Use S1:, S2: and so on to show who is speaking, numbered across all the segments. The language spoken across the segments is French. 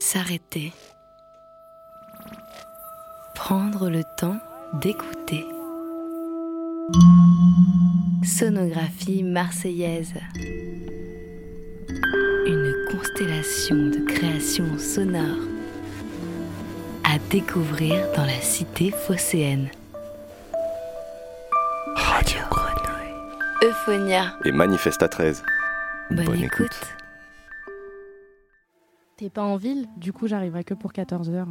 S1: s'arrêter. Prendre le temps d'écouter. Sonographie marseillaise. Une constellation de créations sonores à découvrir dans la cité phocéenne.
S2: Radio
S1: Grenouille. Euphonia.
S2: Et Manifesta 13.
S1: Bonne, écoute.
S3: T'es pas en ville Du coup, j'arriverai que pour 14h.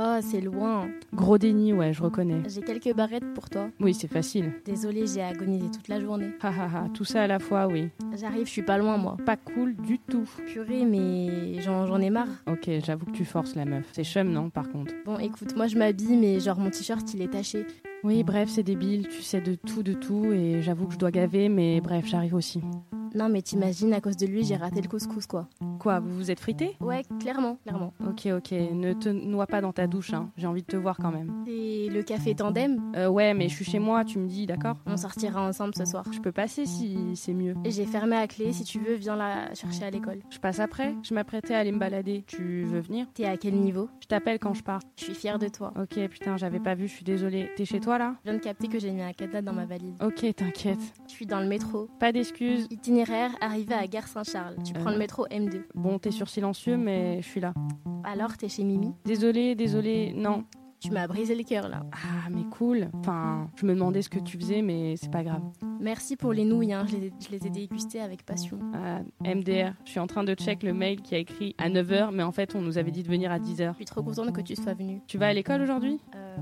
S4: Oh, c'est loin.
S3: Gros déni, ouais, je reconnais.
S4: J'ai quelques barrettes pour toi.
S3: Oui, c'est facile.
S4: Désolée, j'ai agonisé toute la journée.
S3: Ha ha ha, tout ça à la fois, oui.
S4: J'arrive, je suis pas loin, moi.
S3: Pas cool du tout.
S4: Purée, mais j'en j'en ai marre.
S3: Ok, j'avoue que tu forces la meuf. C'est chum, non, par contre
S4: Bon, écoute, moi je m'habille, mais genre mon t-shirt il est taché.
S3: Oui, bref, c'est débile, tu sais de tout, de tout, et j'avoue que je dois gaver, mais bref, j'arrive aussi.
S4: Non, mais t'imagines, à cause de lui, j'ai raté le couscous, quoi.
S3: Quoi, vous vous êtes frité
S4: Ouais, clairement, clairement.
S3: Ok, ok, ne te noie pas dans ta douche, hein. j'ai envie de te voir quand même.
S4: C'est le café tandem.
S3: Euh, ouais, mais je suis chez moi, tu me dis, d'accord
S4: On sortira ensemble ce soir.
S3: Je peux passer si c'est mieux.
S4: Et J'ai fermé à clé, si tu veux, viens la chercher à l'école.
S3: Je passe après, je m'apprêtais à aller me balader. Tu veux venir
S4: T'es à quel niveau
S3: Je t'appelle quand je pars.
S4: Je suis fière de toi.
S3: Ok, putain, j'avais pas vu, je suis désolée. T'es chez toi là
S4: Je viens de capter que j'ai mis un cadenas dans ma valise.
S3: Ok, t'inquiète.
S4: Je suis dans le métro.
S3: Pas d'excuses.
S4: Itinéraire, arrivé à Gare Saint-Charles. Tu prends
S3: Euh.
S4: le métro M2.
S3: Bon, t'es sur silencieux, mais je suis là.
S4: Alors, t'es chez Mimi
S3: Désolée, désolée, non.
S4: Tu m'as brisé le cœur, là.
S3: Ah, mais cool. Enfin, je me demandais ce que tu faisais, mais c'est pas grave.
S4: Merci pour les nouilles, hein. je, les, je les ai dégustées avec passion.
S3: Ah, MDR, je suis en train de check le mail qui a écrit à 9h, mais en fait, on nous avait dit de venir à 10h.
S4: Je suis trop contente que tu sois venue.
S3: Tu vas à l'école aujourd'hui
S4: Euh,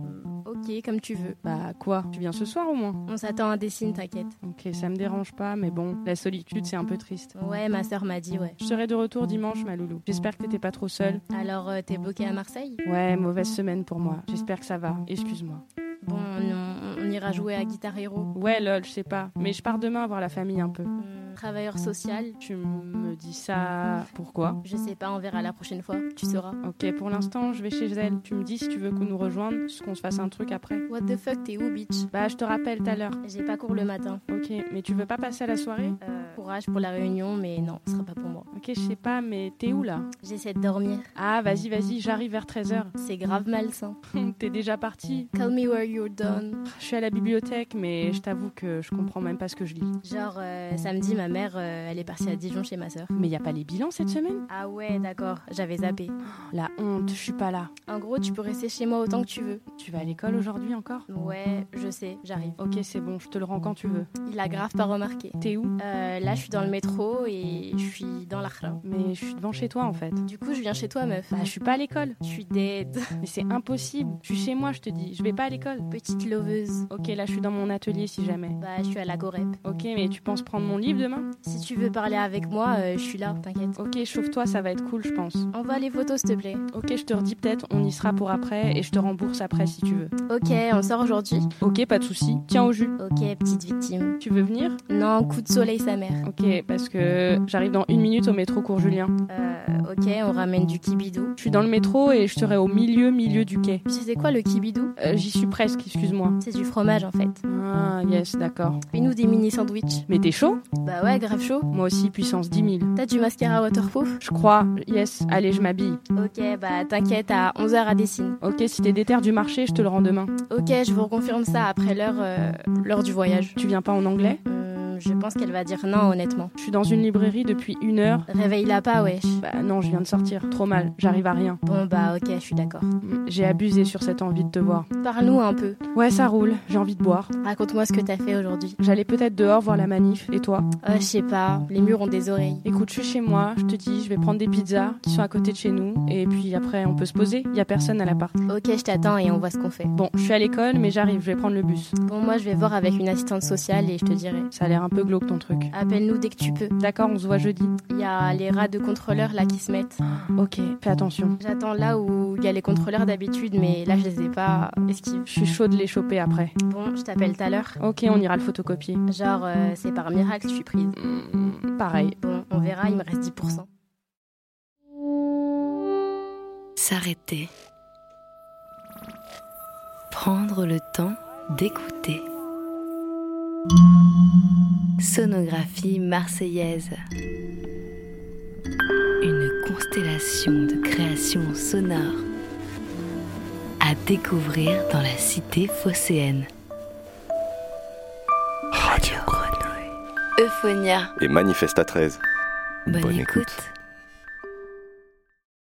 S4: ok, comme tu veux.
S3: Bah quoi Tu viens ce soir au moins
S4: On s'attend à des signes, t'inquiète.
S3: Ok, ça me dérange pas, mais bon, la solitude, c'est un peu triste.
S4: Ouais, ma sœur m'a dit, ouais.
S3: Je serai de retour dimanche, ma loulou. J'espère que t'étais pas trop seule.
S4: Alors, euh, t'es bloquée à Marseille
S3: Ouais, mauvaise semaine pour moi. J'espère que ça va. Excuse-moi.
S4: Bon, on, on ira jouer à Guitar Hero.
S3: Ouais, lol, je sais pas. Mais je pars demain voir la famille un peu.
S4: Hum, travailleur social
S3: Tu me dis ça. Pourquoi
S4: Je sais pas, on verra la prochaine fois, tu sauras.
S3: Ok, pour l'instant, je vais chez elle. Tu me dis si tu veux qu'on nous rejoigne, qu'on se fasse un truc après.
S4: What the fuck, t'es où, bitch
S3: Bah, je te rappelle tout à l'heure.
S4: J'ai pas cours le matin.
S3: Ok, mais tu veux pas passer à la soirée
S4: Euh, courage pour la réunion, mais non, ce sera pas pour moi.
S3: Ok, je sais pas, mais t'es où là
S4: J'essaie de dormir.
S3: Ah, vas-y, vas-y, j'arrive vers 13h.
S4: C'est grave malsain.
S3: T'es déjà parti
S4: Call me where you're done.
S3: Je suis à la bibliothèque, mais je t'avoue que je comprends même pas ce que je lis.
S4: Genre, euh, samedi, ma mère, euh, elle est partie à Dijon chez ma sœur.
S3: Mais y a pas les bilans cette semaine Oh,
S4: Ah ouais, d'accord, j'avais zappé.
S3: La honte, je suis pas là.
S4: En gros, tu peux rester chez moi autant que tu veux.
S3: Tu vas à l'école aujourd'hui encore
S4: Ouais, je sais, j'arrive.
S3: Ok, c'est bon, je te le rends quand tu veux.
S4: Il a grave pas remarqué.
S3: T'es où
S4: Euh, là, je suis dans le métro et je suis dans l'Arlin.
S3: Mais je suis devant chez toi en fait.
S4: Du coup, je viens chez toi, meuf.
S3: Bah, je suis pas à l'école.
S4: Je suis dead.
S3: Mais c'est impossible. Je suis chez moi, je te dis. Je vais pas à l'école.
S4: Petite loveuse.
S3: Ok, là, je suis dans mon atelier si jamais.
S4: Bah, je suis à la Gorep.
S3: Ok, mais tu penses prendre mon livre demain
S4: Si tu veux parler avec moi, euh, je suis là, t'inquiète.
S3: Ok, chauffe-toi, ça va être cool, je pense.
S4: Envoie les photos, s'il te plaît.
S3: Ok, je te redis peut-être, on y sera pour après et je te rembourse après si tu veux.
S4: Ok, on sort aujourd'hui.
S3: Ok, pas de souci. Tiens au jus.
S4: Ok, petite victime.
S3: Tu veux venir
S4: Non, coup de soleil, sa mère.
S3: Ok, parce que j'arrive dans une minute au métro Cours Julien.
S4: Euh, ok, on ramène du kibidou.
S3: Je suis dans le métro et je serai au milieu, milieu du quai.
S4: Tu sais quoi, le kibidou
S3: Euh, J'y suis presque, excuse-moi.
S4: C'est du fromage, en fait.
S3: Ah, yes, d'accord.
S4: Fais-nous des mini sandwichs.
S3: Mais t'es chaud
S4: Bah ouais, grave chaud.
S3: Moi aussi, puissance 10 000.
S4: T'as du mascara waterproof
S3: Je crois, yes, allez, je m'habille.
S4: Ok, bah t'inquiète, à 11h à Dessine.
S3: Ok, si t'es déter du marché, je te le rends demain.
S4: Ok, je vous reconfirme ça après l'heure euh, l'heure du voyage.
S3: Tu viens pas en anglais
S4: Hum, je pense qu'elle va dire non, honnêtement.
S3: Je suis dans une librairie depuis une heure.
S4: Réveille-la pas, wesh.
S3: Bah non, je viens de sortir. Trop mal, j'arrive à rien.
S4: Bon, bah ok, je suis d'accord.
S3: J'ai abusé sur cette envie de te voir.
S4: Parle-nous un peu.
S3: Ouais, ça roule, j'ai envie de boire.
S4: Raconte-moi ce que t'as fait aujourd'hui.
S3: J'allais peut-être dehors voir la manif, et toi
S4: Oh, je sais pas, les murs ont des oreilles.
S3: Écoute, je suis chez moi, je te dis, je vais prendre des pizzas qui sont à côté de chez nous, et puis après on peut se poser, y a personne à l'appart.
S4: Ok, je t'attends et on voit ce qu'on fait.
S3: Bon, je suis à l'école, mais j'arrive, je vais prendre le bus.
S4: Bon, moi je vais voir avec une assistante sociale et je te dirai.
S3: Ça a l'air un peu glauque ton truc.
S4: Appelle-nous dès que tu peux.
S3: D'accord, on se voit jeudi.
S4: Il y a les rats de contrôleurs là qui se mettent.
S3: Ok, fais attention.
S4: J'attends là où il y a les contrôleurs d'habitude, mais là je les ai pas. Esquive.
S3: Je suis chaud de les choper après.
S4: Bon, je t'appelle tout à l'heure.
S3: Ok, on ira le photocopier.
S4: Genre, euh, c'est par miracle, je suis prise.
S3: Hmm, pareil.
S4: Bon, on verra, il me reste 10%.
S1: S'arrêter. Prendre le temps d'écouter. Sonographie marseillaise. Une constellation constellation de créations sonores à découvrir dans la cité phocéenne.
S2: Radio.
S1: Euphonia.
S2: Et Manifesta 13.
S1: Bonne,
S2: Bonne
S1: écoute.
S2: écoute.